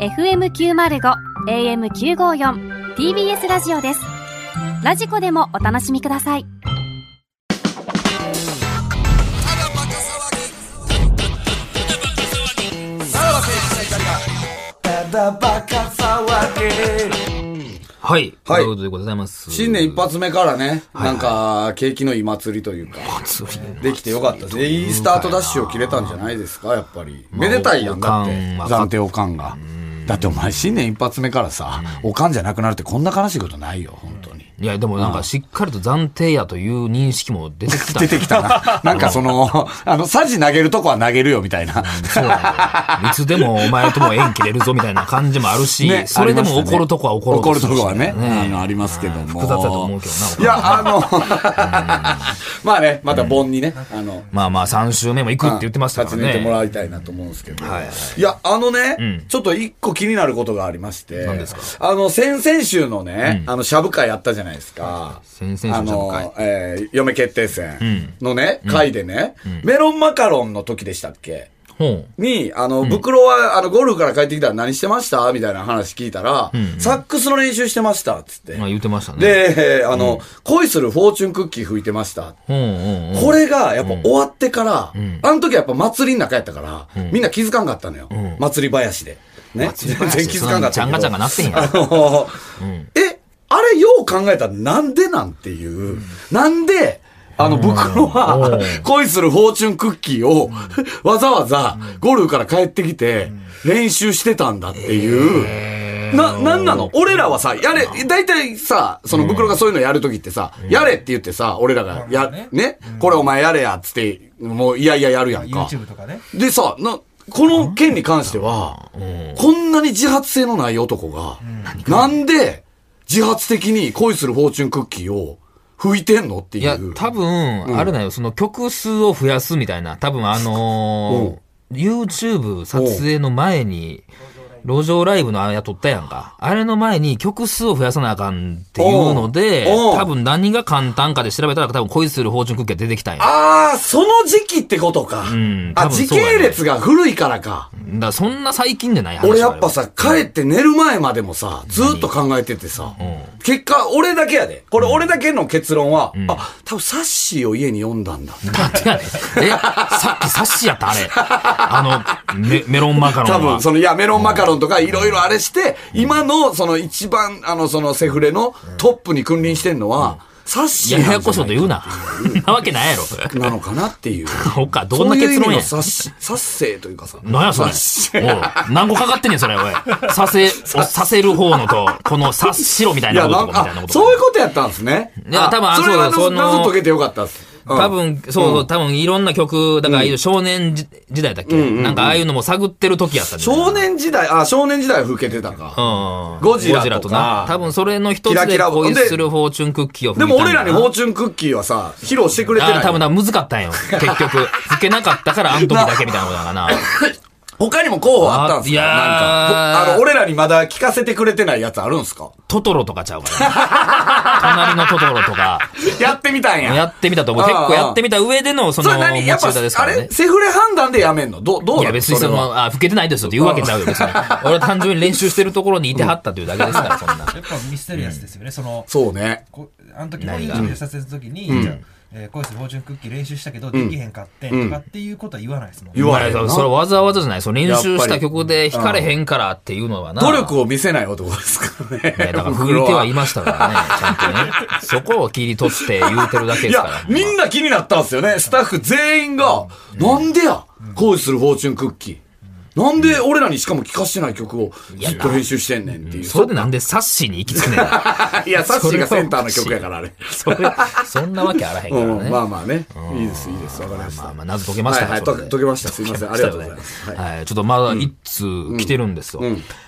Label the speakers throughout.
Speaker 1: FM905 AM954 TBS ラジオですラジコでもお楽しみください
Speaker 2: は
Speaker 3: はい。
Speaker 2: い
Speaker 3: ということでございます。
Speaker 2: 新年一発目からね、
Speaker 3: い
Speaker 2: なんか、景気のいい祭りというか、
Speaker 3: そうですね
Speaker 2: できてよかったですね。いいスタートダッシュを切れたんじゃないですか、やっぱり。
Speaker 3: あ
Speaker 2: めでたいやん、だっ
Speaker 3: お
Speaker 2: て
Speaker 3: かん。は
Speaker 2: 暫定おかんが。だってお前、新年一発目からさ、おかんじゃなくなるってこんな悲しいことないよ、本当に。
Speaker 3: いや、でもなんかしっかりと暫定やという認識も出てき た。
Speaker 2: 出てきたな。 なんかその、あの、サジ投げるとこは投げるよ、みたいな。
Speaker 3: そうなんだよいつでもお前とも縁切れるぞみたいな感じもあるし、
Speaker 2: ね
Speaker 3: それでも怒るとこは怒る
Speaker 2: 怒るとこはね、あの、ありますけども。
Speaker 3: 複雑だと思うけどない
Speaker 2: や、あの、 まあね、また盆にね、あの、
Speaker 3: まあまあ3週目も行くって言ってましたから
Speaker 2: 立ち退いても
Speaker 3: ね。
Speaker 2: らいたいなと思うんですけど。
Speaker 3: はいはい
Speaker 2: いや、あのね、
Speaker 3: ん
Speaker 2: ちょっと一個気になることがありまして。
Speaker 3: 何ですか
Speaker 2: あの、先々週のね、あの、シャブ会やったじゃないですか。
Speaker 3: 先々週のシャブ会
Speaker 2: あの、えー嫁決定戦のね、会でね、メロンマカロンの時でしたっけ
Speaker 3: ほう。
Speaker 2: に、あの、袋は、あの、ゴルフから帰ってきたら何してましたみたいな話聞いたら、サックスの練習してましたっつって。
Speaker 3: まあ言ってましたね。、
Speaker 2: で、あの、恋するフォーチュンクッキー吹いてました。
Speaker 3: ほうほうほう
Speaker 2: これが、やっぱ終わってから、あの時はやっぱ祭りの中やったから、みんな気づかんかったのよ。祭り林で。ね。全然気づかんかったけど。
Speaker 3: ちゃんがちゃんがなってんや
Speaker 2: あのーえ、あれよう考えたらなんでなんていう。なんで、あの、袋
Speaker 3: う
Speaker 2: は
Speaker 3: ん、
Speaker 2: 恋するフォーチュンクッキーを、わざわざ、ゴルフから帰ってきて、練習してたんだっていう。な、なんなの俺らはさ、やれ、大体さ、その袋がそういうのやるときってさ、やれって言ってさ、俺らが、や、ね、これお前やれや、つって、もう、いやいややるやんか。
Speaker 4: YouTube とかね。
Speaker 2: でさ、な、この件に関しては、こんなに自発性のない男が、なんで自発的に恋するフォーチュンクッキーを吹いてんのっていう。
Speaker 3: いや、多分、あれだよ、その曲数を増やすみたいな、多分あのー YouTube 撮影の前に、路上ライブのあれや撮ったやんか。あれの前に曲数を増やさなあかんっていうので、
Speaker 2: おうおう
Speaker 3: 多分何が簡単かで調べたら多分恋するフォーチュンクッキーが出てきたんや。
Speaker 2: ああ、その時期ってことか。
Speaker 3: ん
Speaker 2: あ、
Speaker 3: 多分
Speaker 2: 時
Speaker 3: そうやね
Speaker 2: 系列が古いからか。
Speaker 3: だからそんな最近じゃない話
Speaker 2: 俺やっぱさ、帰って寝る前までもさ、ずーっと考えててさ、結果、俺だけやで。これ俺だけの結論は、あ、多分サッシーを家に読んだんだ。
Speaker 3: だってやねえ、さっきサッシやったあれ。あの、メメロンマカロン
Speaker 2: 多
Speaker 3: は。
Speaker 2: 分、その、いや、メロンマカロンとかいろいろあれして、今の、その一番、あの、そのセフレのトップに君臨してんのは、サッシー
Speaker 3: や
Speaker 2: なんじゃな
Speaker 3: やや
Speaker 2: い
Speaker 3: こしいこと言うな。なわけないやろ。
Speaker 2: なのかなっていう。
Speaker 3: ほか、 どんな結
Speaker 2: そういう意
Speaker 3: 論
Speaker 2: 味の。
Speaker 3: や
Speaker 2: サッシ、サッセイというかさ。
Speaker 3: なんやそれ。
Speaker 2: サッ
Speaker 3: おう何個かかってんねん、それ、おい。させ、おさせる方のと、このさ、白みたい
Speaker 2: い
Speaker 3: な
Speaker 2: や、
Speaker 3: こと
Speaker 2: な
Speaker 3: と
Speaker 2: ん
Speaker 3: みたいな
Speaker 2: か
Speaker 3: こ、と。
Speaker 2: そういうことやったんですね。
Speaker 3: いや多分
Speaker 2: あそれは
Speaker 3: そ
Speaker 2: 謎
Speaker 3: うだその
Speaker 2: 謎解けてよかったっす。うん
Speaker 3: 多分、そうそう、多分いろんな曲、だから、少年じ時代だっけ、なんかああいうのも探ってる時やったんじゃない
Speaker 2: 少年時代、あ、少年時代は老けてたか。
Speaker 3: うん。
Speaker 2: ゴジラとか
Speaker 3: な。多分それの一つ
Speaker 2: キラキ
Speaker 3: で
Speaker 2: ラ
Speaker 3: 恋するフォーチュンクッキーを
Speaker 2: でも俺らにフォー
Speaker 3: チ
Speaker 2: チュンクッキーはさ、披露してくれて
Speaker 3: あ
Speaker 2: な
Speaker 3: あ、多分
Speaker 2: い。
Speaker 3: な、難かったんよ。結局。吹けなかったから、あの時だけみたいなことだから な。
Speaker 2: 他にも候補あったんすか
Speaker 3: いやー
Speaker 2: なんか。ほあの、俺らにまだ聞かせてくれてないやつあるんすか
Speaker 3: トトロとかちゃうからな。隣のトトロとか、
Speaker 2: やってみたんや。
Speaker 3: やってみたと思う。結構やってみた上での、そ
Speaker 2: そ
Speaker 3: の、
Speaker 2: れ
Speaker 3: 持
Speaker 2: 何
Speaker 3: ち
Speaker 2: やっぱ、
Speaker 3: 歌ですか
Speaker 2: あ
Speaker 3: らね
Speaker 2: れ。セフレ判断でやめんのどう、どう
Speaker 3: い
Speaker 2: な
Speaker 3: や
Speaker 2: の
Speaker 3: 別にそ
Speaker 2: れは
Speaker 3: の、あ、老けてないですよって言うわけちゃうよ、別に。 俺は単純に練習してるところにいてはったというだけですから、そんな。
Speaker 4: やっぱミステリアスですよね。その、
Speaker 2: そうね。
Speaker 4: こあの時のインタビューさせた時に、じゃあえー恋するフォーチュンクッキー練習したけど、できへんかってんとかっていうことは言わないですもんね。
Speaker 2: 言われ
Speaker 3: いや
Speaker 2: る
Speaker 3: それ
Speaker 2: な。
Speaker 3: わざわざじゃない。その練習
Speaker 2: や
Speaker 3: した
Speaker 2: っぱり
Speaker 3: 曲で弾かれへんからっていうのはな。
Speaker 2: 努力を見せない男ですからね。
Speaker 3: いやだから
Speaker 2: 僕
Speaker 3: 吹いては
Speaker 2: はい
Speaker 3: ましたからね、ちゃんとね。 そこを切り取って言うてるだけ
Speaker 2: い
Speaker 3: です
Speaker 2: や
Speaker 3: から、。
Speaker 2: みんな気になったんですよね。スタッフ全員が、なんでや恋するフォーチュンクッキー。なんで俺らにしかも聞かしてない曲をずっと練習してんねんっていう。
Speaker 3: それでなんでサッシーに行き着くね ん。
Speaker 2: いや、サッシーがセンターの曲やから、あれ。
Speaker 3: それ、そんなわけあらへんか
Speaker 2: う
Speaker 3: ら
Speaker 2: ん、
Speaker 3: ね。
Speaker 2: まあまあね。いいです、いいです。わかりました。
Speaker 3: まあまあ、謎解けました
Speaker 2: はいはい
Speaker 3: それで
Speaker 2: 解け解けましたすいませんありがとうございます
Speaker 3: 解けたよねはい。ちょっとまだ一通来てるんですよ。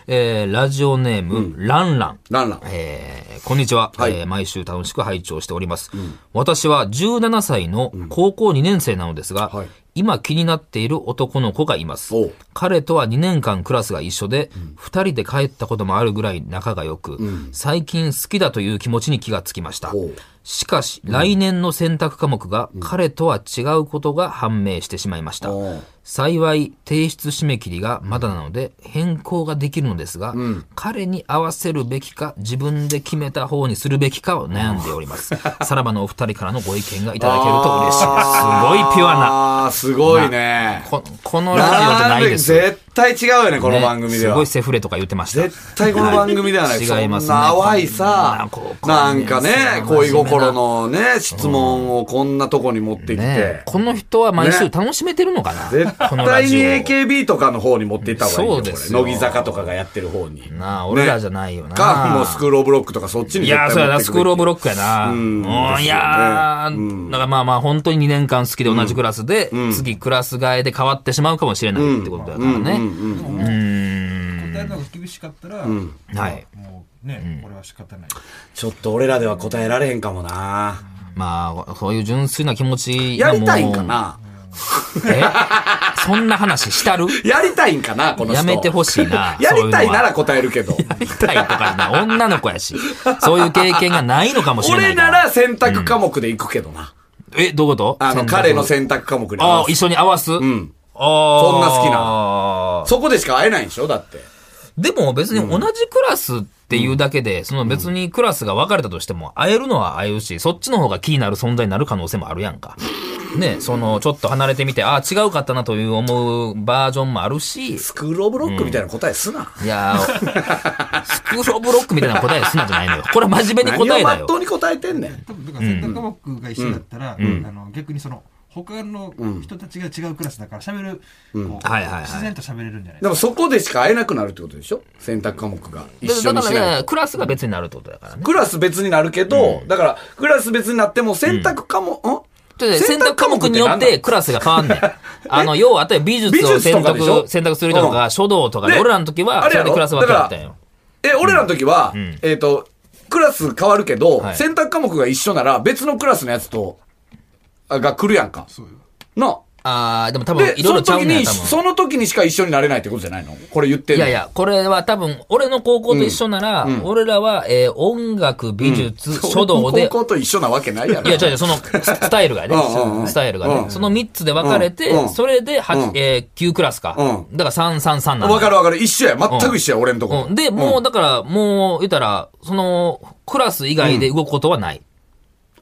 Speaker 3: えーラジオネーム、ランラン。
Speaker 2: ランラン
Speaker 3: えーこんにちは。
Speaker 2: はい
Speaker 3: えー毎週楽しく拝聴しております。私は17歳の高校2年生なのですが
Speaker 2: はい、
Speaker 3: 今気になっている男の子がいます
Speaker 2: お。
Speaker 3: 彼とは2年間クラスが一緒で、2人で帰ったこともあるぐらい仲が良く、最近好きだという気持ちに気がつきました
Speaker 2: お。
Speaker 3: しかし、来年の選択科目が彼とは違うことが判明してしまいました。
Speaker 2: お
Speaker 3: 幸い、提出締め切りがまだなので、変更ができるのですが、彼に合わせるべきか、自分で決めた方にするべきかを悩んでおり ます。さらばのお二人からのご意見がいただけると嬉しいです。すごいピュアな。
Speaker 2: あー、すごいね。
Speaker 3: ここのラジオじゃないです。
Speaker 2: 絶対違うよね、この番組で
Speaker 3: ねす
Speaker 2: は
Speaker 3: ごい。セフレとか言ってました。
Speaker 2: 絶対この番組ではない。
Speaker 3: はい違いますね
Speaker 2: そんな淡いさ
Speaker 3: こんなこ、う
Speaker 2: なんかね、
Speaker 3: こうい
Speaker 2: 恋
Speaker 3: う
Speaker 2: 心のね、質問をこんなとこに持ってき
Speaker 3: ね
Speaker 2: て。
Speaker 3: この人は毎週
Speaker 2: ね
Speaker 3: 楽しめてるのかな、
Speaker 2: 絶
Speaker 3: この
Speaker 2: 対に AKB とかの方に持っていった方がいいよ。
Speaker 3: そう
Speaker 2: これ
Speaker 3: ですよ
Speaker 2: 乃木坂とかがやってる方に。
Speaker 3: なあ、俺らじゃないよな。
Speaker 2: か、もうスクールオブロックとかそっちに
Speaker 3: い
Speaker 2: 絶対
Speaker 3: や
Speaker 2: 持
Speaker 3: ー、
Speaker 2: ってくべ
Speaker 3: そう
Speaker 2: き。
Speaker 3: やな、スクールオブロックやな。
Speaker 2: ん
Speaker 3: うん、いやー、だからまあまあ、本当に2年間好きで同じクラスで、次クラス替えで変わってしまうかもしれないってことだからね。
Speaker 4: でも
Speaker 3: う
Speaker 4: もう
Speaker 3: ーん、
Speaker 4: 答えるのが厳しかったら、
Speaker 3: はい。
Speaker 4: もうね、これは仕方ない。
Speaker 2: ちょっと俺らでは答えられへんかもな。
Speaker 3: まあ、そういう純粋な気持ち
Speaker 2: や
Speaker 3: がもう。
Speaker 2: りたいんかな
Speaker 3: えそんな話したる
Speaker 2: やりたいんかなこの人。
Speaker 3: やめてほしいな
Speaker 2: やりたいな
Speaker 3: そういうの
Speaker 2: ら
Speaker 3: は
Speaker 2: 答えるけど。
Speaker 3: 痛いとかな、女の子やし。そういう経験がないのかもしれ な
Speaker 2: 俺
Speaker 3: いから。
Speaker 2: なら選択科目で行くけどな。
Speaker 3: え、どういうこと
Speaker 2: あの、彼の選択科目に合
Speaker 3: あ
Speaker 2: わ
Speaker 3: あ、
Speaker 2: せ
Speaker 3: 一
Speaker 2: て。。
Speaker 3: 緒に合わすうんああ。
Speaker 2: そんな好き
Speaker 3: な。
Speaker 2: そこでしか会えないんでしょだって。
Speaker 3: でも別に同じクラスっていうだけで、その別にクラスが分かれたとしても、会えるのは会えるし、そっちの方が気になる存在になる可能性もあるや んか。ね、その、ちょっと離れてみて、ああ、違うかったなという思うバージョンもあ るし、
Speaker 2: スクールオブロックみたいな答えすな。
Speaker 3: いやースクールオブロックみたいな答えすなじゃないのよ。これは真面目に
Speaker 2: 何を
Speaker 3: 答え
Speaker 2: ま
Speaker 3: だ
Speaker 2: っ
Speaker 3: よ
Speaker 2: と。うに答えてんねん。
Speaker 4: 多分だから選択科目が一緒だったら、あの逆にその他の人たちが違うクラスだから喋る、こう
Speaker 3: はいはいはい
Speaker 4: 自然と喋れるんじゃない
Speaker 2: でもそこでしか会えなくなるってことでしょ選択科目が。一緒
Speaker 3: だ
Speaker 2: に
Speaker 3: か
Speaker 2: し
Speaker 3: ら
Speaker 2: ない
Speaker 3: ね、
Speaker 2: と。
Speaker 3: クラスが別になるってことだからね。
Speaker 2: クラス別になるけど、だから、クラス別になっても選択科目、ん
Speaker 3: ちょっとね選択科目によっ
Speaker 2: 何な
Speaker 3: て
Speaker 2: の
Speaker 3: クラスが変わん ねん。あの、要は、例えば美術を
Speaker 2: 美術と
Speaker 3: 選
Speaker 2: かでしょ
Speaker 3: 択、選択する人と
Speaker 2: うん
Speaker 3: か、書道とかで、
Speaker 2: で
Speaker 3: 俺らの時は、
Speaker 2: あれ
Speaker 3: そ
Speaker 2: や
Speaker 3: れ
Speaker 2: ろ
Speaker 3: でクラス分けだったんよ。
Speaker 2: え、俺らの時は、えっ、と、クラス変わるけど、
Speaker 3: はい
Speaker 2: 選択科目が一緒なら別のクラスのやつと、あが来るやんか。
Speaker 4: そうよ
Speaker 2: な
Speaker 3: あー、でも多
Speaker 2: あ
Speaker 3: 分、
Speaker 2: で、
Speaker 3: いろいろち
Speaker 2: そ
Speaker 3: ゃ
Speaker 2: の
Speaker 3: う
Speaker 2: 時
Speaker 3: ねん、
Speaker 2: に、
Speaker 3: 多分。
Speaker 2: その時にしか一緒になれないってことじゃないのこれ言ってん
Speaker 3: い
Speaker 2: の
Speaker 3: やい。や、これは多分、俺の高校と一緒なら、俺らは、えー、音楽、美術、書道で、
Speaker 2: 高校と一緒なわけないやろ。
Speaker 3: いや、違う違う、その、ススタイルがね
Speaker 2: うんうんう、ん
Speaker 3: スタイルが
Speaker 2: う
Speaker 3: ね、
Speaker 2: ん
Speaker 3: その3つで分かれ
Speaker 2: うんう
Speaker 3: て、
Speaker 2: ん
Speaker 3: それで
Speaker 2: うん、
Speaker 3: 8えー、9クラスか。
Speaker 2: う
Speaker 3: だから333なんだ
Speaker 2: わかるわかる。一緒や。全く一緒や、俺んとこ
Speaker 3: う。ん、で、もう、だから、もう、言ったら、その、クラス以外で動くことはない。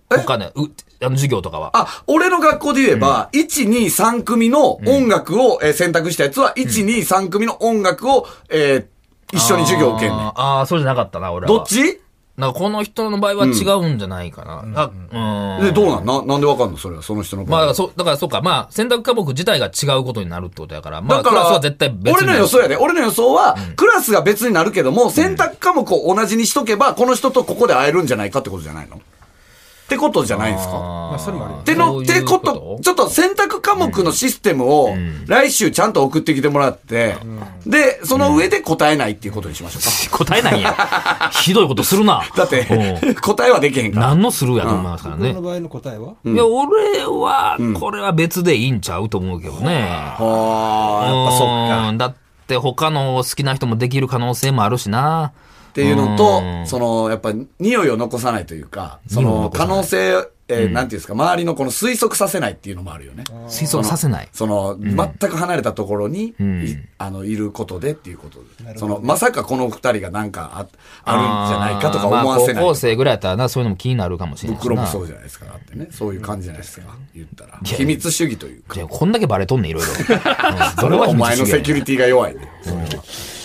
Speaker 3: 他ね、う、あの、授業とかは。
Speaker 2: あ、俺の学校で言えば、1、2、3組の音楽を、えー選択したやつは、1、2、3組の音楽を、えー一緒に授業受けんねん。
Speaker 3: あーあー、そうじゃなかったな、俺ら
Speaker 2: ど
Speaker 3: は。
Speaker 2: っち
Speaker 3: なんか、この人の場合は違うんじゃないかな。あ、うん。
Speaker 2: で、どうなんな、なんでわかんのそれは、その人の場合
Speaker 3: まあ、だからそう、だから、そうか、まあ、選択科目自体が違うことになるってことやから、まあ、
Speaker 2: だか
Speaker 3: クラス
Speaker 2: ら
Speaker 3: は絶対別に。
Speaker 2: 俺の予想やで。俺の予想は、クラスが別になるけども、選択科目を同じにしとけば、この人とここで会えるんじゃないかってことじゃないのってことじゃないんですか
Speaker 3: あー
Speaker 4: まあそれもあるよね
Speaker 2: っての、
Speaker 3: そう
Speaker 2: っ
Speaker 3: い
Speaker 2: て
Speaker 3: う
Speaker 2: こと、ちょっと選択科目のシステムを、来週ちゃんと送ってきてもらって、で、その上で答えないっていうことにしましょうか。
Speaker 3: 答えないん や。ひどいことするな。
Speaker 2: だって
Speaker 3: うん、
Speaker 2: 答えはできへんから。
Speaker 3: 何のするやと思いますから
Speaker 4: 僕
Speaker 3: ね
Speaker 4: の。場合の答えはい
Speaker 3: や、俺は、これは別でいいんちゃうと思うけどね。
Speaker 2: ああ、やっぱそっか。
Speaker 3: うんだって他の好きな人もできる可能性もあるしな。
Speaker 2: っていうのと
Speaker 3: う、ん
Speaker 2: その、やっぱ、匂いを残さないというか、そ
Speaker 3: 匂いを
Speaker 2: の、
Speaker 3: 残さ
Speaker 2: 可
Speaker 3: ない
Speaker 2: 能性、えーなんていうんですか、周りのこの推測させないっていうのもあるよね。
Speaker 3: 推測させない。
Speaker 2: その、全く離れたところに、
Speaker 3: ん
Speaker 2: いあの、いることでっていうこと
Speaker 4: な
Speaker 2: で。
Speaker 4: る
Speaker 2: そ
Speaker 4: ほど
Speaker 2: の、まさかこの二人がなんかああるんじゃないかとか思わせ
Speaker 3: まあ
Speaker 2: ない
Speaker 3: 高校。生ぐらいやったらな、そういうのも気になるかもしれないし
Speaker 2: 袋
Speaker 3: な。
Speaker 2: もそうじゃないですか。だってね。そういう感じじゃないですか。言ったら。秘密主義というか。
Speaker 3: じゃあこんだけバレとんねん、いろいろ。
Speaker 2: そ
Speaker 3: そ
Speaker 2: れはお前のセキュリティが弱いね。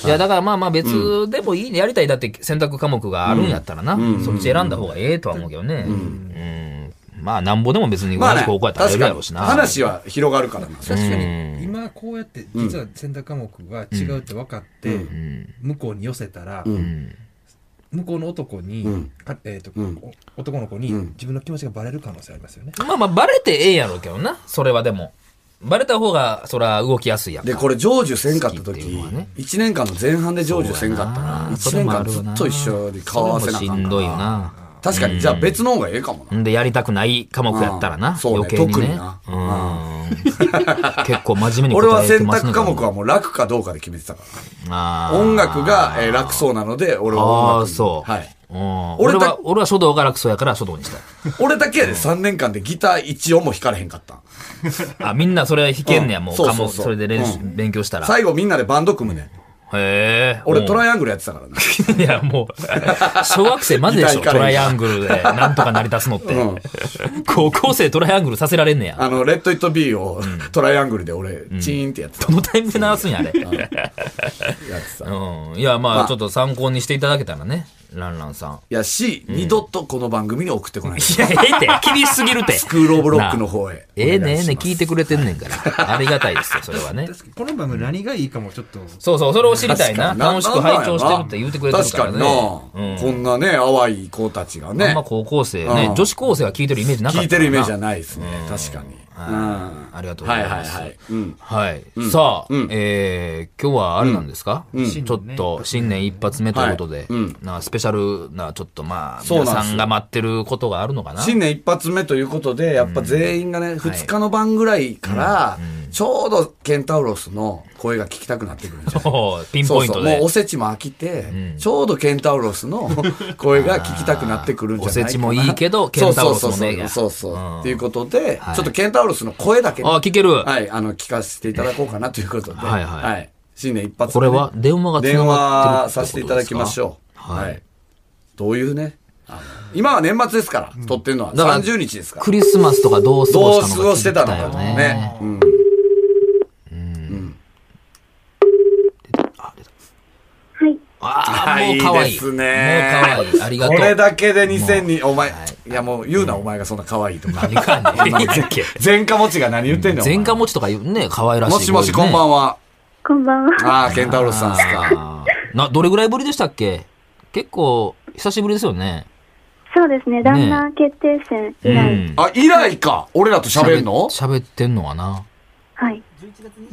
Speaker 3: いや、だからまあまあ別でもいいね。やりたい。だって選択科目があるんやったらな。そっち選んだ方がええとは思うけどね。うん。まあ、なんぼでも別に同
Speaker 2: まあ
Speaker 3: じ
Speaker 2: ね、
Speaker 3: 高校やったらや
Speaker 2: 確
Speaker 3: るや
Speaker 2: か
Speaker 3: ろう
Speaker 2: に
Speaker 3: しな。
Speaker 2: 話は広がるからな。
Speaker 4: 確かに今こうやって実は選択科目が違うって分かって向こうに寄せたら向こうの男にかえーと男の子に自分の気持ちがバレる可能性ありますよね
Speaker 3: まあまあ、バレてええやろうけどな。それはでも。バレた方が、そら、動きやすいやんか。
Speaker 2: で、これ成就せんかった
Speaker 3: 好きっ
Speaker 2: 時
Speaker 3: ていうのはね、
Speaker 2: 1年間の前半で成就せんかったら、1
Speaker 3: それ
Speaker 2: 年
Speaker 3: もあ
Speaker 2: 間
Speaker 3: る
Speaker 2: ず
Speaker 3: わな
Speaker 2: っと一緒で顔合わせなあ
Speaker 3: そ
Speaker 2: か
Speaker 3: れ
Speaker 2: んから
Speaker 3: もしんどいよな。
Speaker 2: 確かに、じゃあ別の方がええかもな。
Speaker 3: んで、やりたくない科目やったら
Speaker 2: うん
Speaker 3: な。
Speaker 2: そうね
Speaker 3: 余計に
Speaker 2: 特に
Speaker 3: ね
Speaker 2: な。
Speaker 3: うん 結構真面目に
Speaker 2: 俺は
Speaker 3: 答えて
Speaker 2: 選
Speaker 3: ますね。
Speaker 2: 択科目はもう楽かどうかで決めてたから。
Speaker 3: あー
Speaker 2: 音楽が、えー楽そうなので、俺は音楽に。
Speaker 3: ああ、そう。
Speaker 2: はい。
Speaker 3: うん
Speaker 2: 俺
Speaker 3: 俺
Speaker 2: だ
Speaker 3: は、俺は書道が楽そうやから書道にし
Speaker 2: 俺だけやで3年間でギター一音も弾かれへんかった。
Speaker 3: た。あ、みんなそれ弾けんねや、もう。
Speaker 2: そう
Speaker 3: 科
Speaker 2: そう
Speaker 3: 目、
Speaker 2: そう
Speaker 3: それで練習
Speaker 2: う
Speaker 3: 勉強したら。へ
Speaker 2: 最後みんなでバンド組むねん。
Speaker 3: え。
Speaker 2: 俺トラ
Speaker 3: イ
Speaker 2: イアングルやってた からな。
Speaker 3: いや、もう、小学生まででし
Speaker 2: 痛い
Speaker 3: ょ、
Speaker 2: から
Speaker 3: トライアングルで、なんとか成り立つのって。高校生トライアングルさせられんねや。
Speaker 2: あの、レッド・イット・ビーをトライアングルで俺、チーンってやってた。
Speaker 3: どのタイミングで鳴らすんや、あれ。
Speaker 2: やってた。
Speaker 3: うん。いや、ま
Speaker 2: まあ
Speaker 3: あ、ちょっと参考にしていただけたらね、ランランさん。
Speaker 2: やし、二度とこの番組に送ってこ ない。
Speaker 3: いや、ええって、厳しすぎるって。
Speaker 2: スクール・オブ・ロックの方へ。
Speaker 3: ええねええね聞
Speaker 2: き
Speaker 3: いてくれてんねんから。ありがたいですよ、それはね。
Speaker 4: 確かにこの番組何がいいかもちょっと
Speaker 3: そうそう、それを知りたいな。
Speaker 2: 確かに
Speaker 3: 楽しく拝聴してるって言うてくれてるか
Speaker 2: 確
Speaker 3: らね。
Speaker 2: かにな、
Speaker 3: うん
Speaker 2: こんなね、淡い子たちが
Speaker 3: あ
Speaker 2: ね
Speaker 3: んま、高校生ね、
Speaker 2: うん
Speaker 3: 女子高生は聞いてるイメージなかった
Speaker 2: 聞いてるイメージじゃ
Speaker 3: ない。
Speaker 2: ないですね。確かに。
Speaker 3: はいありがとうございます
Speaker 2: はいはいはい。うん。
Speaker 3: はい。さあ、えー、今日はあれなんですか、
Speaker 4: ん
Speaker 3: ちょっと新年一発目ということで、
Speaker 2: はいうん
Speaker 3: なスペシャルな、ちょっとまあ、
Speaker 2: そうなん
Speaker 3: 皆
Speaker 2: ですよ
Speaker 3: さんが待ってることがあるのかな
Speaker 2: 新年一発目ということで、やっぱ全員がね、二日の晩ぐらいから、ちょうどケンタウロスの声が聞きたくなってくるん じゃない
Speaker 3: お ーピン
Speaker 2: そ
Speaker 3: ポ
Speaker 2: う
Speaker 3: イン
Speaker 2: そ
Speaker 3: ト
Speaker 2: う、も
Speaker 3: で
Speaker 2: うお。せちも飽きて、ちょうどケンタウロス の声が聞きたくなってくるんじゃないかな
Speaker 3: あーおせちもいいけどケンタウロスもね
Speaker 2: そうそうそうそうそう
Speaker 3: う
Speaker 2: そ
Speaker 3: ん
Speaker 2: う。ということで、
Speaker 3: はい
Speaker 2: ちょっとケンタウロスの声だけね、
Speaker 3: あ、聞ける。
Speaker 2: はい、あの、聞かせていただこうかなということで。
Speaker 3: はいはい
Speaker 2: 新年一発
Speaker 3: こ
Speaker 2: 目
Speaker 3: れ
Speaker 2: ね
Speaker 3: は電話が繋
Speaker 2: 電
Speaker 3: がっ
Speaker 2: 話
Speaker 3: てるってこと
Speaker 2: さ
Speaker 3: で
Speaker 2: せ
Speaker 3: す
Speaker 2: て
Speaker 3: か
Speaker 2: いただきましょう。
Speaker 3: はい
Speaker 2: どういうね、あの今は年末ですから、撮ってるのは
Speaker 3: だから
Speaker 2: 30日ですから。
Speaker 3: クリスマスとかどう過
Speaker 2: どう
Speaker 3: ご
Speaker 2: 過
Speaker 3: したのか
Speaker 2: ごしてたの
Speaker 3: 聞
Speaker 2: か
Speaker 3: き
Speaker 2: と
Speaker 3: た
Speaker 2: か
Speaker 3: いよ
Speaker 2: ね。うん
Speaker 3: あ
Speaker 2: あ
Speaker 3: あ、もう可愛い。
Speaker 2: いいですね。
Speaker 3: もう可愛い。ありがとう。
Speaker 2: これだけで2002、お前、、
Speaker 3: はい
Speaker 2: やもう言うな、お前がそんな可愛いとか。
Speaker 3: 何かね。
Speaker 2: 前科持ちが何言ってんの
Speaker 3: 前科持ちとか言うね、可愛らしい。
Speaker 2: もしもし、こんばん
Speaker 3: は。
Speaker 2: は。
Speaker 5: こんばんは。
Speaker 2: ああ、ケンタウロスさんですか。
Speaker 3: あーな、どれぐらいぶりでしたっけ結構、久しぶりですよね。
Speaker 5: そうですね、旦那決定戦以来。
Speaker 3: うん
Speaker 2: あ、以来か。俺らと喋んの
Speaker 3: 喋ってんのかな。
Speaker 5: はい。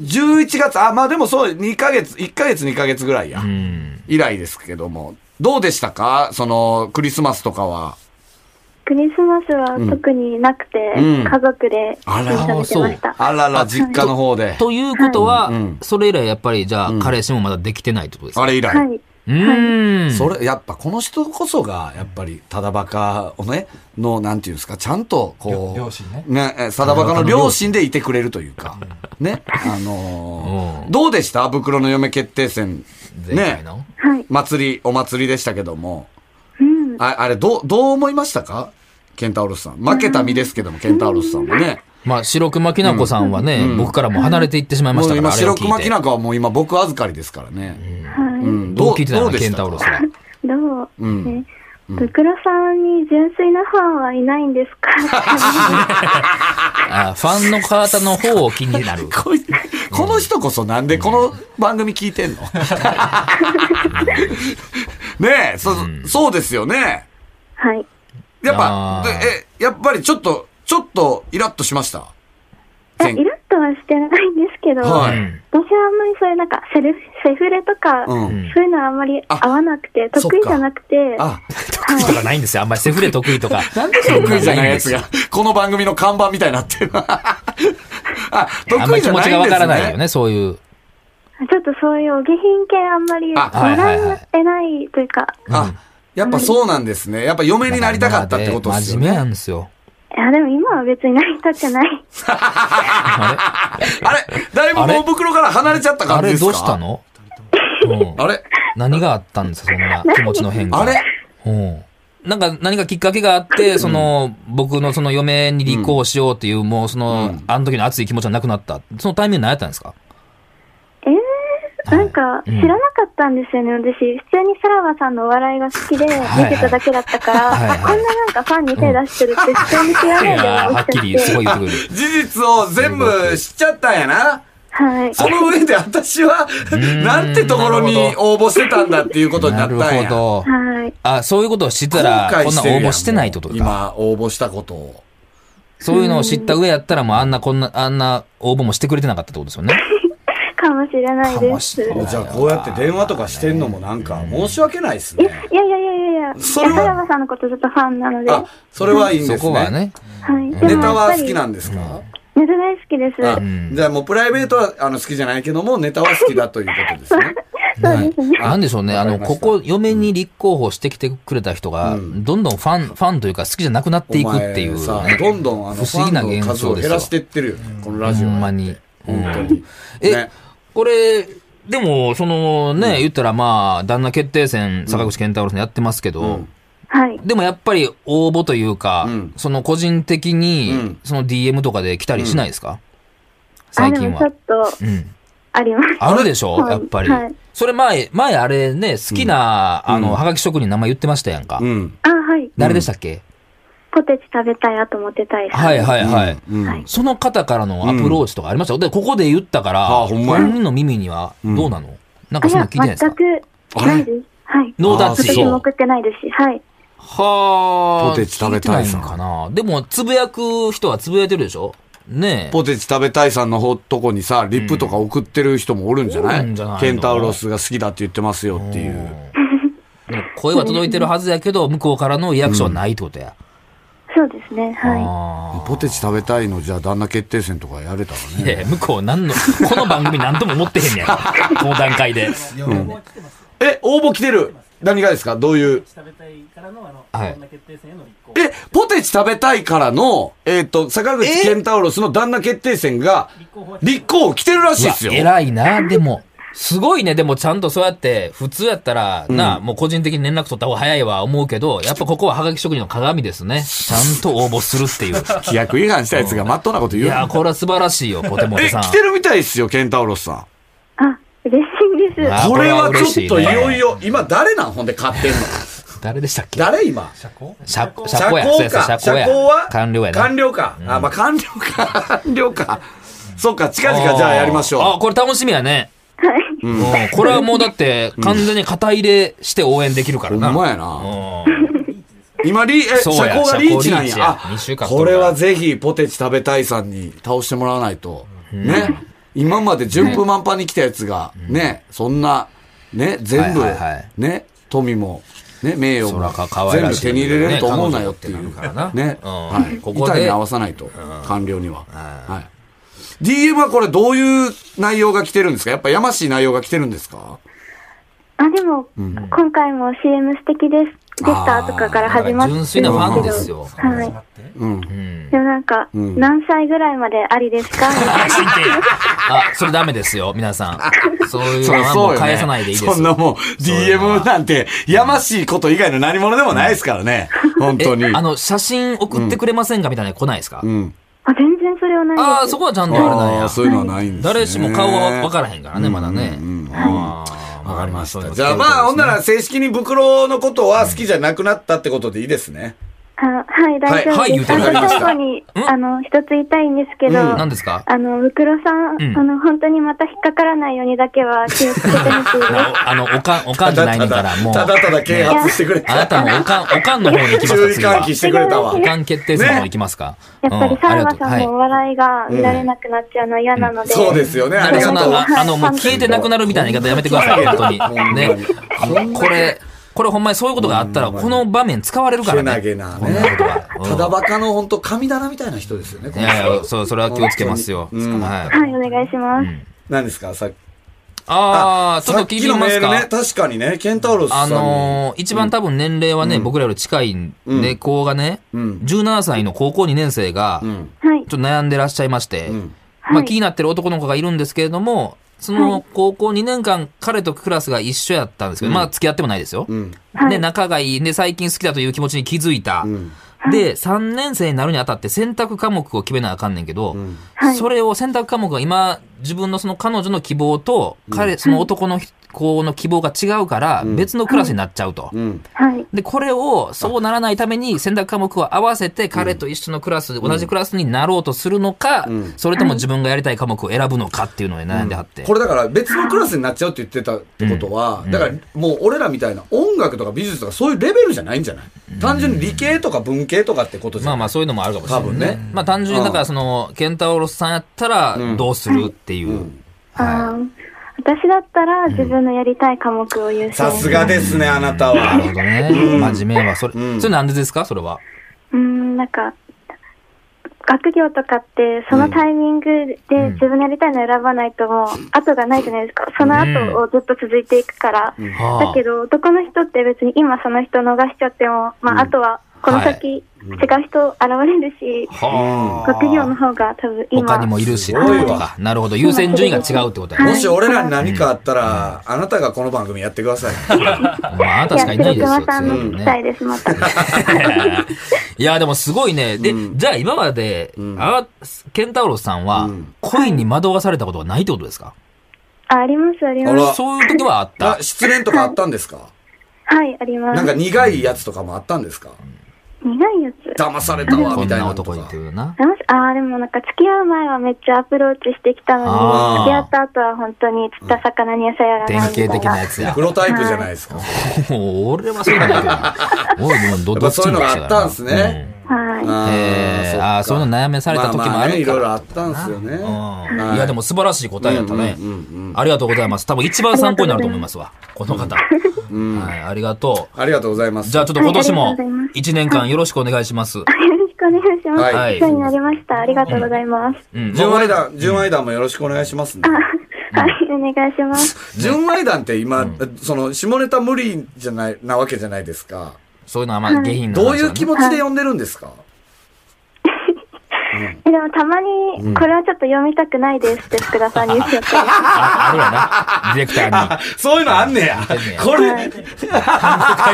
Speaker 2: ?11 月、あ、まあでもそう、2ヶ月、1ヶ月、2ヶ月ぐらいや
Speaker 3: う。ん。
Speaker 2: 以来ですけども。どうでしたかその、クリスマスとかは。
Speaker 5: クリスマスは特になくて、
Speaker 2: うん
Speaker 5: 家族で一緒に食べてました。
Speaker 2: あらら、実家の方で。
Speaker 3: ということは
Speaker 2: うん、
Speaker 3: それ以来やっぱり、じゃあ、彼氏もまだできてないってことです
Speaker 2: あ
Speaker 3: か
Speaker 2: れ以来。
Speaker 5: はい。
Speaker 3: うーん。
Speaker 2: それ、やっぱこの人こそが、やっぱり、ただバカをね、の、なんていうんですか、ちゃんと、こう、
Speaker 4: 両親ね
Speaker 2: ね、えさだばかの両親でいてくれるというか、ね、あのー
Speaker 3: うん
Speaker 2: どうでした袋の嫁決定戦。
Speaker 3: 前回
Speaker 2: ね、
Speaker 3: の。
Speaker 5: はい。
Speaker 2: 祭り、お祭りでしたけども、
Speaker 5: うん。
Speaker 2: ああれ、どう、どう思いましたかケンタウロスさん。負けた身ですけども、ケンタウロスさんもね。
Speaker 3: まあ、白熊きなこさんはね、僕からも離れていってしまいま
Speaker 2: も
Speaker 3: した
Speaker 2: う
Speaker 3: から、
Speaker 2: 今、
Speaker 3: あれ
Speaker 2: 白
Speaker 3: を聞
Speaker 2: 熊
Speaker 3: い
Speaker 2: き
Speaker 3: て。
Speaker 2: なこはもう今、僕預かりですからね。
Speaker 5: はい。
Speaker 2: うん
Speaker 3: どう聞いてた
Speaker 2: ど
Speaker 3: の
Speaker 2: うで
Speaker 3: ケ
Speaker 2: し
Speaker 3: ン
Speaker 2: た
Speaker 3: タ
Speaker 2: か
Speaker 3: ウロスは。
Speaker 5: どう、
Speaker 2: ん
Speaker 5: ね。ブクロさんに純粋なファンはいないんです か
Speaker 3: あファンの方の方を気になる。
Speaker 2: こいこの人こそなんでこの番組聞いてんの ねえ、そ、そうですよね。
Speaker 5: はい。
Speaker 2: やっぱ
Speaker 3: あ、ー
Speaker 2: でえ、やっぱりちょっと、ちょっとイラッとしました。
Speaker 5: え
Speaker 2: 前
Speaker 5: イラッとはしてないんですけど、
Speaker 2: はい
Speaker 5: 私はあんまりそういうなんかセルフ、セフレとか、
Speaker 2: うん
Speaker 5: そういうのはあんまり合わなくて、
Speaker 2: あそっ
Speaker 5: 得
Speaker 2: か
Speaker 5: 意じゃなくて、
Speaker 2: あ、
Speaker 3: 得意とかないんですよ。あんまりセフレ得意とか。なんで
Speaker 2: 得意じゃ ないや つが、この番組の看板みたいになってる。 あ、得
Speaker 3: あんま
Speaker 2: 意
Speaker 3: り
Speaker 2: じゃないんです、
Speaker 3: 気持
Speaker 2: ね、
Speaker 3: ちがわからないよ。ね、そういう。
Speaker 5: ちょっとそういうお下品系あんまり
Speaker 2: あ
Speaker 3: はいはいはい
Speaker 5: 狙ってないというか、
Speaker 2: あ、やっぱそうなんですね。やっぱ嫁になりたかったってことですよ
Speaker 3: 真面目
Speaker 2: ね。
Speaker 3: なんですよ。
Speaker 5: いやでも今は別に成り立ってない。
Speaker 2: あれだいぶ
Speaker 3: あれ
Speaker 2: 大袋から離れちゃった
Speaker 3: あ
Speaker 2: 感じ
Speaker 3: れ
Speaker 2: です
Speaker 3: ど
Speaker 2: か
Speaker 3: うしたのうん
Speaker 2: あれ
Speaker 3: 何があったんですか、そんな気持ちの変化。
Speaker 2: あれ
Speaker 3: うんなんか、何かきっかけがあって、その、僕のその嫁に離婚しようっていう、もうその、あの時の熱い気持ちはなくなった。そのタイミング何やったんですか
Speaker 5: えー、なんか
Speaker 3: うん
Speaker 5: 知らなかったんですよね、私。普通にさらばさんのお笑いが好きで見てただけだったから、
Speaker 3: はいはい
Speaker 5: こんななんかファンに手出してるって普通に知ら
Speaker 3: い
Speaker 5: ないで
Speaker 3: やー
Speaker 5: 思
Speaker 3: は
Speaker 5: っ
Speaker 3: っ
Speaker 5: ちゃ
Speaker 3: き
Speaker 5: っ
Speaker 3: り、す
Speaker 5: て。
Speaker 3: ごい言ってくる。
Speaker 2: 事実を全部知っちゃったんやな。
Speaker 5: はい。
Speaker 2: その上で私は、なんてところに応募してたんだっていうことにな
Speaker 3: な
Speaker 2: った
Speaker 3: る
Speaker 2: んや。
Speaker 3: ほど。
Speaker 5: はい。
Speaker 3: あ、そういうことを知ってた
Speaker 2: 後
Speaker 3: ら、こ
Speaker 2: 悔
Speaker 3: んな
Speaker 2: し
Speaker 3: 応
Speaker 2: てるやん
Speaker 3: 募してないってことか。
Speaker 2: 今、応募したことを。
Speaker 3: そういうのを知った上やったら、もうあんな、こんな、あんな応募もしてくれてなかったってことですよね。
Speaker 5: かもしれない
Speaker 3: かも
Speaker 5: で
Speaker 3: し
Speaker 5: す。
Speaker 3: れない
Speaker 2: じゃあ、こうやって電話とかしてんのもなんか、申し訳ないですね。
Speaker 5: やいやいやいやいや、
Speaker 2: そ
Speaker 5: さ
Speaker 2: れは
Speaker 5: らばさんのことずっとファンなので、は
Speaker 2: あ、それはいいんですね。
Speaker 3: そこはね。
Speaker 5: い。
Speaker 2: ネタは好きなんんですか
Speaker 5: ネタ大好きです。
Speaker 2: あ
Speaker 3: ん
Speaker 2: じゃあもうプライベートはあの好きじゃないけども、ネタは好きだということですね。
Speaker 5: そうですね。
Speaker 3: なんでしょうね、あの、ここ、嫁に立候補してきてくれた人が、どんどんファン、ファンというか好きじゃなくなっていくっていう、
Speaker 2: お
Speaker 3: ね。
Speaker 2: 前さ、どんどんあの、
Speaker 3: 不思議な
Speaker 2: ファン
Speaker 3: 現
Speaker 2: の数を
Speaker 3: 象です
Speaker 2: 減
Speaker 3: よ
Speaker 2: らしてってるよね、このラジ
Speaker 3: ほ
Speaker 2: オは。
Speaker 3: んまに。
Speaker 2: 本当に。
Speaker 3: え、
Speaker 2: ね
Speaker 3: これ、でも、そのね、言ったらまあ、旦那決定戦、坂口健太郎さんやってますけど、
Speaker 2: うん
Speaker 5: はい。
Speaker 3: でもやっぱり応募というか、
Speaker 2: うん
Speaker 3: その個人的に、
Speaker 2: うん
Speaker 3: その DM とかで来たりしないですか、
Speaker 5: あ、
Speaker 3: 最
Speaker 5: で
Speaker 3: 近
Speaker 5: もちょ
Speaker 3: は
Speaker 5: っ。
Speaker 3: う
Speaker 5: と
Speaker 3: ん。
Speaker 5: あります。
Speaker 3: あるでしょ、
Speaker 5: はい
Speaker 3: やっぱり。
Speaker 5: はい
Speaker 3: それ前、前あれね、好きな、
Speaker 2: うん
Speaker 3: あ
Speaker 2: う
Speaker 3: の、
Speaker 2: ん
Speaker 3: はがき職人名前言ってましたやんか。
Speaker 2: うん。
Speaker 5: あ、はい。
Speaker 3: 誰でしたっけ、
Speaker 5: ポテチ食べたい、あとモテたいさん。
Speaker 3: はいはいはい。
Speaker 2: うん
Speaker 5: はい
Speaker 3: その方からのアプローチとかありました、で、ここで言ったから、
Speaker 2: あほんまや
Speaker 3: 本人の耳にはどうなの、なん
Speaker 5: あ、
Speaker 3: か
Speaker 5: い
Speaker 3: そんな
Speaker 5: や
Speaker 3: の聞いてないで
Speaker 5: 全
Speaker 3: すか
Speaker 5: くないです。はい。
Speaker 3: ノーダッチ。
Speaker 5: 私
Speaker 2: そう
Speaker 5: も送ってないですし、はい。
Speaker 3: はあ。
Speaker 2: ポテチ食べたいさん
Speaker 3: 聞てなのかな。でも、つぶやく人はつぶやいてるでしょねえ。
Speaker 2: ポテチ食べたいさんのほとこにさ、リップとか送ってる人もおるんじゃな
Speaker 3: おるん
Speaker 2: い
Speaker 3: じゃないの
Speaker 2: ケンタウロスが好きだって言ってますよってい
Speaker 3: うん
Speaker 2: う。
Speaker 3: でも声は届いてるはずやけど、向こうからのリアクションはないってことや。
Speaker 5: そうですね、は
Speaker 3: あ
Speaker 2: ポテチ食べたいの、じゃあ旦那決定戦とかやれたら
Speaker 3: あ。い
Speaker 2: ね。
Speaker 3: やいや向こう何の、この番組何とも思ってへんね やんか。この段階で。
Speaker 2: え、応募来てる何がですかどういう。
Speaker 6: 食べたいからのあの、
Speaker 3: はい
Speaker 6: 女決定戦への立候補。
Speaker 2: え、ポテチ食べたいからの、えっ、と、坂口ケンタウロスの旦那決定戦が、立候補来てるらしいですよ。
Speaker 3: うわ偉いな、でも。すごいね、でもちゃんとそうやって、普通やったら、なあ、もう個人的に連絡取った方が早いわ思うけど、やっぱここはハガキ職人の鏡ですね。ちゃんと応募するっていう。
Speaker 2: 規約違反したやつがまっとうなこと
Speaker 3: い
Speaker 2: 言う。
Speaker 3: やー、これは素晴らしいよ、ポテモテ
Speaker 2: え、
Speaker 3: さん。
Speaker 2: 来てるみたいですよ、ケンタウロスさん。
Speaker 5: い。あ、嬉しいです。
Speaker 3: あ
Speaker 2: これはちょっ
Speaker 3: こと
Speaker 2: い
Speaker 3: れは嬉しいね
Speaker 2: よいよ、今誰なんほんで買ってんの
Speaker 3: 誰でしたっけ
Speaker 2: 誰今
Speaker 4: 社交
Speaker 3: 社交
Speaker 2: 社
Speaker 3: 社交や。そ
Speaker 2: 交
Speaker 3: うやそう
Speaker 2: か。
Speaker 3: や
Speaker 2: 社
Speaker 3: 社交や。
Speaker 2: 交は
Speaker 3: 官僚やな。
Speaker 2: 官僚か。あ、まあ官僚か。 官僚か。そっか、近々じゃあやりまし
Speaker 3: あー、
Speaker 2: ょ
Speaker 3: これ楽しみやね。
Speaker 5: はい。
Speaker 3: うんこれはもうだって、完全に肩入れして応援できるか
Speaker 2: う。ほ
Speaker 3: ら
Speaker 2: ん
Speaker 3: な。
Speaker 2: まやな。
Speaker 3: うん
Speaker 2: 今リ、え、社
Speaker 3: そうや
Speaker 2: 交がリーチなん
Speaker 3: 社交リーチや
Speaker 2: や。
Speaker 3: 二週
Speaker 2: あ、
Speaker 3: 間
Speaker 2: これはぜひ、ポテチ食べたいさんに倒してもらわないと。ね。今まで順風満帆に来たやつが、ね、そんな、ね、全部
Speaker 3: はいはいはい、
Speaker 2: ね、富も、ね、名誉
Speaker 3: そ
Speaker 2: も
Speaker 3: らか、可、愛
Speaker 2: 全
Speaker 3: ら
Speaker 2: 部
Speaker 3: しい。
Speaker 2: 手に入れれると思うなよってい
Speaker 3: ね
Speaker 2: う。
Speaker 3: 彼女ってなるからな。
Speaker 2: ね。
Speaker 3: うん
Speaker 2: はい。
Speaker 3: こ
Speaker 2: こ
Speaker 3: こ
Speaker 2: こに
Speaker 3: で
Speaker 2: 合、わさないと。官僚には。はい。DM はこれどういう内容が来てるんですかやっぱやましい内容が来てるんですか
Speaker 5: あ、でも、今回も CM 素敵です。でしたとかから始まってる
Speaker 3: 純
Speaker 5: んですけ
Speaker 3: 粋な
Speaker 5: ど。
Speaker 3: ファンですよ。
Speaker 5: はい。
Speaker 2: うん。
Speaker 3: うん。
Speaker 5: でもなんか、
Speaker 2: ん
Speaker 5: 何歳ぐらいまでありですかみたいな。
Speaker 3: あ、それダメですよ、皆 さん。そういう
Speaker 2: そ
Speaker 3: の
Speaker 2: りゃ
Speaker 3: は
Speaker 2: そ
Speaker 3: も
Speaker 2: う
Speaker 3: う
Speaker 2: よ、ね。
Speaker 3: 返さないでいいですよ。
Speaker 2: そんなもん、
Speaker 3: そういうのは
Speaker 2: DM なんて、やましいこと以外の何者でもないですからね。本当に。
Speaker 3: えあの、写真送ってくれませんかみたいなの来ないですか
Speaker 2: うん。
Speaker 5: あ、全然それはないです。
Speaker 3: ああ、そこはちゃんとあれなん
Speaker 2: あ
Speaker 3: や
Speaker 2: あ、。そういうのはないんですね。
Speaker 3: 誰しも顔は分からへんからね、まだね。あー
Speaker 2: わかりまし
Speaker 3: そういう
Speaker 2: た。
Speaker 3: の
Speaker 2: じゃあまあ、ほんな
Speaker 3: は
Speaker 2: ら正式に袋のことは好きじゃなくなったってことでいいですね。
Speaker 5: あはい、大丈
Speaker 3: はい
Speaker 5: 夫です。
Speaker 3: はい
Speaker 5: あ
Speaker 3: 言うてる
Speaker 5: と最後に、あの、一つ言いたいんですけど、
Speaker 2: うん
Speaker 3: 何ですか
Speaker 5: あの、ブクロさん、
Speaker 3: うん
Speaker 5: あの、本当にまた引っかからないようにだけは気をつけてほしいです。
Speaker 3: ああの、おかん、おかんじゃないねんから、もう。
Speaker 2: ただただ啓発してくれ
Speaker 3: あな
Speaker 2: た。
Speaker 3: たもおかん、おかんの方に行きます
Speaker 2: 注意
Speaker 3: か次は
Speaker 2: 喚起してくれたわ
Speaker 3: お。かん決定戦の方行きますか
Speaker 5: やっぱ
Speaker 3: うん
Speaker 5: り、
Speaker 3: あ
Speaker 5: さ
Speaker 3: り
Speaker 5: ら
Speaker 3: が
Speaker 5: ば
Speaker 3: とう
Speaker 5: さんのお
Speaker 3: はい。
Speaker 5: 笑いが見られなくなっちゃうの嫌なので。
Speaker 2: そうですよね。あ
Speaker 3: なんか
Speaker 2: り
Speaker 3: そ
Speaker 2: が
Speaker 3: ん
Speaker 2: とう。
Speaker 3: な、あの、もう消えてなくなるみたいな言い方やめてください、本当に。ね。あのこれ、これほんまにそういうことがあったら、この場面使われるか
Speaker 2: け
Speaker 3: ら
Speaker 2: な
Speaker 3: ね。
Speaker 2: げな
Speaker 3: こん
Speaker 2: ね
Speaker 3: なことが。。うん
Speaker 2: ただバカの本当神棚みたいな人ですよね。こ
Speaker 3: い
Speaker 2: の
Speaker 3: やいや、
Speaker 2: 人
Speaker 3: そう、それは気をつけますよ。
Speaker 2: ん
Speaker 3: はい。
Speaker 5: はい、お願いします。
Speaker 2: 何ですかさっき。
Speaker 3: ああ、ちょっ
Speaker 2: さ
Speaker 3: と
Speaker 2: っ
Speaker 3: 聞い
Speaker 2: き
Speaker 3: て
Speaker 2: の
Speaker 3: みま
Speaker 2: メー
Speaker 3: す
Speaker 2: ル
Speaker 3: か
Speaker 2: ね、。確かにね、ケンタウロスさ
Speaker 3: あ
Speaker 2: んに。
Speaker 3: のー一番多分年齢はね、僕らより近いん
Speaker 2: うん
Speaker 3: で、子がね、
Speaker 2: うん
Speaker 3: 17歳の高校2年生が、ち
Speaker 2: う
Speaker 3: ょ
Speaker 2: ん。
Speaker 5: はい
Speaker 3: っ。と悩んでらっしゃいまして、
Speaker 2: うん。
Speaker 3: ま
Speaker 5: は
Speaker 3: あ
Speaker 5: い
Speaker 3: 気になってる男の子がいるんですけれども、その高校2年間、彼とクラスが一緒やったんですけど、まあ付き合ってもないですよ。
Speaker 2: うん。
Speaker 5: はい
Speaker 3: で、仲がいい。で、最近好きだという気持ちに気づいた
Speaker 2: う。ん。
Speaker 3: で、3年生になるにあたって選択科目を決めなあかんねんけど、
Speaker 2: ん
Speaker 5: はい
Speaker 3: それを選択科目が今、自分のその彼女の希望と、彼、その男の子の希望が違うから、別のクラスになっちゃうと。
Speaker 2: うん。
Speaker 5: はい。
Speaker 3: で、これを、そうならないために選択科目を合わせて、彼と一緒のクラス、同じクラスになろうとするのか、
Speaker 2: ん
Speaker 3: それとも自分がやりたい科目を選ぶのかっていうので悩んであって。
Speaker 2: これだから別のクラスになっちゃうって言ってたってことは、だからもう俺らみたいな音楽とか美術とかそういうレベルじゃないんじゃない単純に理系とか文系とかってことじ
Speaker 3: ま
Speaker 2: ゃ
Speaker 3: あ
Speaker 2: ない
Speaker 3: まあそういうのもあるかもしれない
Speaker 2: 多分ね
Speaker 3: まあ単純にだからその、ケンタウロスさんやったらどうするっていう。
Speaker 5: あ
Speaker 3: は
Speaker 5: ー私だったら自分のやりたい科目を優先。
Speaker 2: さすがですね、あなた
Speaker 3: い。なるほ
Speaker 2: は。
Speaker 3: どね。真面目はそれ。それなんでですかそれは。
Speaker 5: うーん、なんか、学業とかって、そのタイミングで自分のやりたいの選ばないともう、後がないじゃないですか。その後をずっと続いていくから。
Speaker 3: は
Speaker 5: だけど、男の人って別に今その人逃しちゃっても、まあ、あとはこの先、違う人現れるし、
Speaker 3: あはあ
Speaker 5: 学業の方が多分今。
Speaker 3: 他にもいるしってことか。なるほど。優先順位が違うってことや
Speaker 5: は
Speaker 3: ね
Speaker 5: い。
Speaker 2: もし俺らに何かあったら、あなたがこの番組やってください。
Speaker 3: まあ、あなたしかいないですよ。
Speaker 5: や白熊さんの聞きたいです、また。
Speaker 3: いや、でもすごいね。で、じゃあ今まで、あ、ケンタウロスさんは、恋に惑わされたことがないってことですか、
Speaker 5: あ、あります、あり
Speaker 2: あ
Speaker 5: ま
Speaker 2: ら
Speaker 5: す。
Speaker 3: そういう時はあっ
Speaker 2: あ
Speaker 3: た。
Speaker 2: 失恋とかあったんですか
Speaker 5: はい、ありま
Speaker 2: なん
Speaker 5: す
Speaker 2: か。苦いやつとかもあったんですか
Speaker 5: 苦いやつ。
Speaker 2: 騙されたわ、
Speaker 3: こ
Speaker 2: み
Speaker 3: ん
Speaker 2: たい
Speaker 3: な
Speaker 2: なのと
Speaker 3: 男
Speaker 2: か。
Speaker 3: にっていうな。
Speaker 5: あもしあーでもなんか付き合う前はめっちゃアプローチしてきたの
Speaker 3: あー
Speaker 5: に、付き合った後は本当に釣った魚に餌やら
Speaker 3: 典
Speaker 5: ないみたい
Speaker 3: 型
Speaker 5: な。
Speaker 3: 的なやつや
Speaker 2: プ。ロタイプじゃないですか。や
Speaker 3: もう俺はそういうのないけどな。俺もうど
Speaker 2: っ
Speaker 3: ど
Speaker 2: ぱ
Speaker 3: っち
Speaker 2: そういう
Speaker 3: も
Speaker 2: の
Speaker 3: 一
Speaker 2: が
Speaker 3: 緒
Speaker 2: あっ
Speaker 3: だな
Speaker 2: たんです。ね。
Speaker 5: はい。
Speaker 2: あ
Speaker 3: えーあーそういうの悩まされた時もあるから
Speaker 2: まねいろいろあったんですよね。
Speaker 3: うん
Speaker 2: はい
Speaker 3: いや、でも素晴らしい答えだったね
Speaker 2: うんうんうんう。ん
Speaker 3: ありがとうございます。多分一番参考になると思いますわ。この方。はい、ありがとう。
Speaker 2: ありがとうございます。
Speaker 3: じゃあちょっと今年
Speaker 5: はい
Speaker 3: も
Speaker 5: ありがとうございます
Speaker 3: 1年間よろしくお願いします。
Speaker 5: よろしくお願いします。お
Speaker 2: はい
Speaker 5: 世話になりました。ありがとうございます。
Speaker 3: うん。
Speaker 2: 純
Speaker 3: まあ
Speaker 2: 愛団、純愛団もよろしくお願いしますね。
Speaker 5: はい、お願いします。
Speaker 2: 純愛団って今、その、下ネタ無理じゃない、なわけじゃないですか。
Speaker 3: そういうのはまあ下品な話
Speaker 2: ど
Speaker 3: だ
Speaker 2: う
Speaker 3: ね。
Speaker 2: いう気持ちで呼んでるんですか
Speaker 5: えでもたまに、これはちょっと読みたくないですって福田さんに言っちゃって。
Speaker 3: ああるやな。ディレクターに。
Speaker 2: そういうのあんねや
Speaker 3: あんねや。
Speaker 2: こ
Speaker 5: は
Speaker 2: れ
Speaker 5: い、
Speaker 3: 書い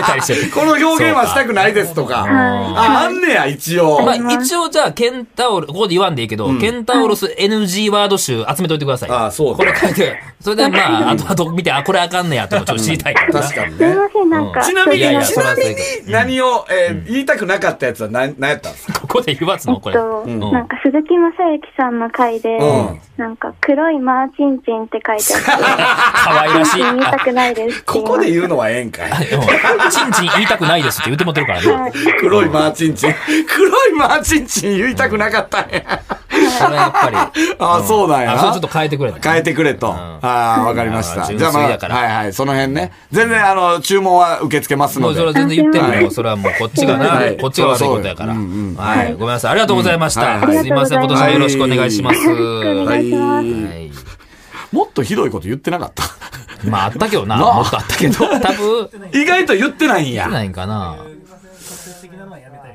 Speaker 3: たりして。
Speaker 2: この表現はしたくないですとか。あ、あんねや、一応。
Speaker 3: まあ一応じゃあ、ケンタオル、ここで言わんでいいけど、ケンタウロス NG ワード集集めといてください。
Speaker 2: ああ、そう
Speaker 3: これ
Speaker 2: だ。
Speaker 3: 書いて、それでまあ、あとあと見て、あ、これあかんねやってことを知りたいからな。
Speaker 2: 確かに
Speaker 5: すい
Speaker 2: ね。
Speaker 5: ません、なんか。
Speaker 2: ちなみ
Speaker 3: いやい
Speaker 2: に、
Speaker 3: や
Speaker 2: ち
Speaker 3: そら
Speaker 2: なみ
Speaker 3: そうや
Speaker 2: に
Speaker 3: けど
Speaker 2: 何を、えー言いたくなかったやつは何、何やったんですか
Speaker 3: ここで言わず
Speaker 5: え
Speaker 3: の、
Speaker 5: っ
Speaker 3: これ。
Speaker 5: と、
Speaker 3: ん
Speaker 5: なんか鈴木雅之さんの回で、
Speaker 2: うん
Speaker 5: なんか黒いマーチンチンって書いてあって、
Speaker 3: 可愛らしい。
Speaker 5: 読みたくないですって
Speaker 2: こ
Speaker 5: 言いま
Speaker 2: こ
Speaker 5: した
Speaker 2: で言うのはええんかい。
Speaker 3: うんチンチン言いたくないですって言ってもってるからね。
Speaker 5: はい
Speaker 2: 黒いマーチンチ ン。黒いマーチンチン言いたくなかったんや。
Speaker 3: それはやっぱり。
Speaker 2: あ、そうなんや
Speaker 3: あ、
Speaker 2: な。
Speaker 3: それちょっと変えてくれた。
Speaker 2: 変えてくれと。
Speaker 3: うん
Speaker 2: ああ、わかりました。
Speaker 3: うん
Speaker 2: じゃあま
Speaker 3: 純粋
Speaker 2: あ、
Speaker 3: だから
Speaker 2: はいはい、その辺ね。全然、あの、注文は受け付けます
Speaker 3: も
Speaker 2: の
Speaker 3: う
Speaker 2: で
Speaker 3: それ。は全然言ってる
Speaker 2: は
Speaker 3: よ。
Speaker 2: い
Speaker 3: それはもうこっちが
Speaker 2: は
Speaker 3: な、
Speaker 2: い
Speaker 3: こっちが悪いことやから。
Speaker 2: そうそううんうん
Speaker 3: はい。ごめんなさい。ありがとうございまし
Speaker 2: うん
Speaker 3: た。
Speaker 2: はい
Speaker 3: すいません。
Speaker 5: あ
Speaker 3: 今年
Speaker 5: りがとうございます
Speaker 3: もよろしくお願いします。
Speaker 5: お
Speaker 3: は
Speaker 5: 願いします
Speaker 3: い。
Speaker 2: もっとひどいこと言ってなかった。
Speaker 3: まあ、あったけどな。
Speaker 2: なあ
Speaker 3: もっとあったけど。 多分、言っ
Speaker 2: 意外と言ってないん
Speaker 3: て
Speaker 2: や。
Speaker 3: ないんかな。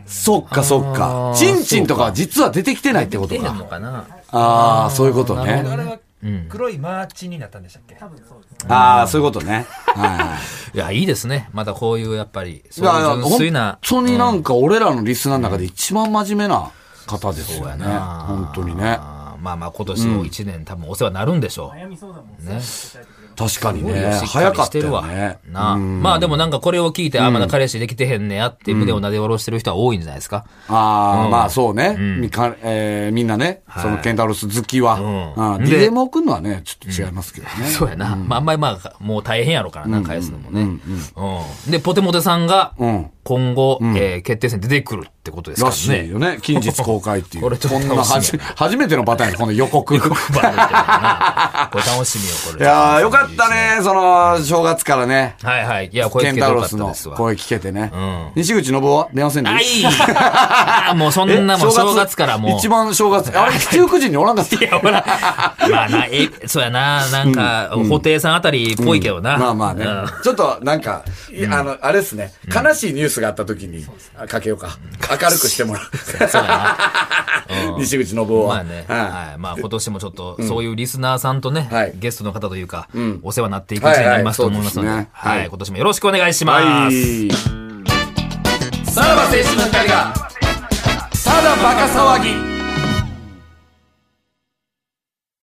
Speaker 2: そっかそっ
Speaker 3: あ
Speaker 2: か
Speaker 3: ー。
Speaker 2: チンチンとかは実は出てきてないってこ
Speaker 3: 出
Speaker 2: と
Speaker 3: てんの
Speaker 2: か。
Speaker 3: かな。
Speaker 2: ああ、そういうことね。
Speaker 4: あれは黒いマーチになったんでしたっけ
Speaker 2: ああ、そういうことね。はい
Speaker 3: や、いいですね。またこういう、やっぱり、
Speaker 2: い。
Speaker 3: そういう純粋
Speaker 2: 本
Speaker 3: な。
Speaker 2: 当になんか俺らのリスナーの中で一番真面目な方ですよね。
Speaker 3: な
Speaker 2: 本当にね。
Speaker 3: あーまあまあ、今年も一年多分お世話になるんでしょ
Speaker 6: 悩みそうだもん。
Speaker 3: う。ね。
Speaker 2: 確かに
Speaker 3: いや
Speaker 2: ね。
Speaker 3: しっか
Speaker 2: 早
Speaker 3: り
Speaker 2: か
Speaker 3: し
Speaker 2: った
Speaker 3: てるわ。
Speaker 2: よね。
Speaker 3: なあまあでもなんかこれを聞いて、あ、まだ彼氏できてへんねやって胸を撫で下ろしてる人は多いんじゃないですか。
Speaker 2: ああ、
Speaker 3: うん
Speaker 2: まあそうね。みかえーみんなね、
Speaker 3: はい
Speaker 2: そのケンタロス好きは。
Speaker 3: うん
Speaker 2: うん
Speaker 3: で
Speaker 2: DM 送るのはね、ちょっと違いますけどね。
Speaker 3: そうやな。まああんまりまあ、もう大変やろからな、返すのもね。うんで、ポテモテさんが
Speaker 2: ん、
Speaker 3: 今後、えー決定戦出てくるってことですからら
Speaker 2: しい
Speaker 3: ね。
Speaker 2: よね。近日公開っていう。
Speaker 3: これちょっと
Speaker 2: こんなはじ
Speaker 3: 楽しみや
Speaker 2: 初めてのパターンやこの予 告。い
Speaker 3: バレてるからなこれ楽しみよ、これ。
Speaker 2: やー、よかった。ね。その、正月からね。
Speaker 3: はいはい。いや、これ
Speaker 2: ケ
Speaker 3: 聞
Speaker 2: ン
Speaker 3: けて
Speaker 2: タ
Speaker 3: よ
Speaker 2: ロ
Speaker 3: かっ
Speaker 2: ス
Speaker 3: た
Speaker 2: の
Speaker 3: ですわ。
Speaker 2: 声聞けてね
Speaker 3: ん。
Speaker 2: 西口信夫は電話せんでいい
Speaker 3: はいあ ーもうそんなもん
Speaker 2: え
Speaker 3: 正月からもう。
Speaker 2: 一番正月。あれ、七福神におらんかった。
Speaker 3: ほら、 まあな、え、そうやな、なんか、布袋さんあたりっぽいけどな。
Speaker 2: まあまあね
Speaker 3: うん。
Speaker 2: ちょっとなんか、いあの、あれですね。悲しいニュースがあった時にあかけようか。明るくしてもらう。
Speaker 3: そうやな。うん
Speaker 2: 西口信夫
Speaker 3: ま
Speaker 2: は。
Speaker 3: あね、
Speaker 2: は
Speaker 3: はい。まあ今年もちょっと、そういうリスナーさんとね
Speaker 2: はい、
Speaker 3: ゲストの方というか
Speaker 2: ん、
Speaker 3: お世話になっていくうちになりますと思いますの
Speaker 2: はいはい、
Speaker 3: で
Speaker 2: そうですね
Speaker 3: は。
Speaker 2: はいい
Speaker 3: 今年もよろしくお願いし
Speaker 2: い。
Speaker 3: ま
Speaker 2: は
Speaker 3: す。
Speaker 2: い。さらば青春の光が、ただバカ騒ぎ。